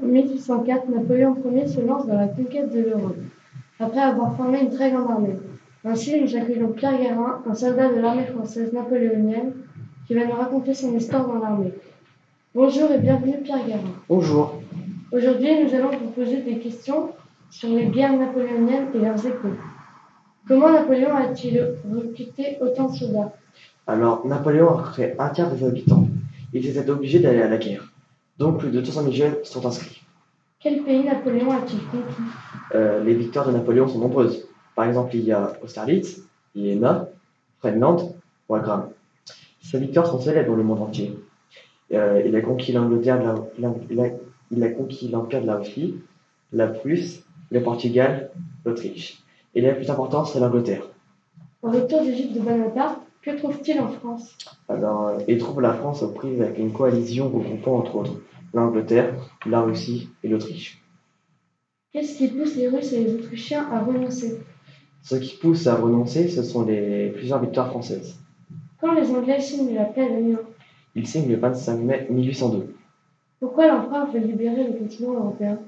1804, Napoléon Ier se lance dans la conquête de l'Europe, après avoir formé une très grande armée. Ainsi, nous accueillons Pierre Guérin, un soldat de l'armée française napoléonienne, qui va nous raconter son histoire dans l'armée. Bonjour et bienvenue Pierre Guérin. Bonjour. Aujourd'hui, nous allons vous poser des questions sur les guerres napoléoniennes et leurs échos. Comment Napoléon a-t-il recruté autant de soldats Alors, Napoléon a recruté un tiers des habitants. Ils étaient obligés d'aller à la guerre. Donc, plus de 200 000 jeunes sont inscrits. Quel pays Napoléon a-t-il conquis Euh, les victoires de Napoléon sont nombreuses. Par exemple, il y a Austerlitz, Iéna, Friedland, Wagram. Ces victoires sont célèbres dans le monde entier. Euh, il a conquis l'Angleterre, de la- l'Ang- il a- il a conquis l'Empire de la Russie, la Prusse, le Portugal, l'Autriche. Et la plus importante, c'est l'Angleterre. En retour d'Égypte de Bonaparte, que trouve-t-il en France Alors, euh, il trouve la France aux prises avec une coalition regroupant entre autres l'Angleterre, la Russie et l'Autriche. Qu'est-ce qui pousse les Russes et les Autrichiens à renoncer Ce qui pousse à renoncer, ce sont les plusieurs victoires françaises. Quand les Anglais signent la paix d'Amiens, Il signe le 25 mai 1802. pourquoi l'empereur veut libérer le continent européen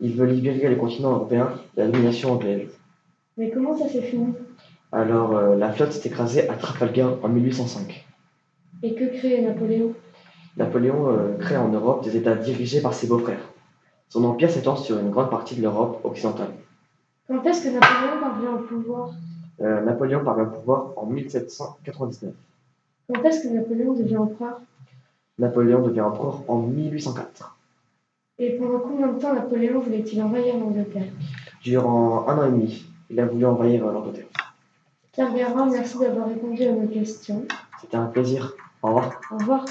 Il veut libérer le continent européen de la domination anglaise. Mais comment ça s'est fini Alors, euh, la flotte s'est écrasée à Trafalgar en 1805. Et que crée Napoléon Napoléon euh, crée en Europe des États dirigés par ses beaux-frères. Son empire s'étend sur une grande partie de l'Europe occidentale. Quand est-ce que Napoléon parvient au pouvoir Euh, Napoléon parvient au pouvoir en 1799. Quand est-ce que Napoléon devient empereur Napoléon devient empereur en 1804. Et pendant combien de temps Napoléon voulait-il envahir l'Angleterre Durant un an et demi, il a voulu envahir euh, l'Angleterre. Pierre Guérin, merci d'avoir répondu à nos questions. C'était un plaisir. Au revoir. Au revoir.